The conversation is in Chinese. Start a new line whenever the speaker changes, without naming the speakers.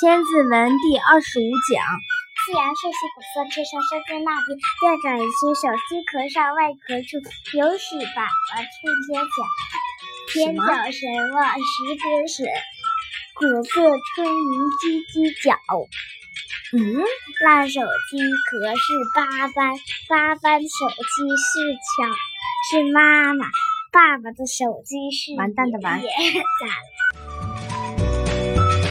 千字文第二十五讲。
自然是系骨色至上，生在那边。调转以心手，心壳上外壳处，有始把而处皆巧。天角神旺，十之始。苦涩春云鸡鸡角，
嗯，
烂手鸡壳是八班，八班手机是巧是妈妈，爸爸的手机是
完蛋的完
爷爷咋了？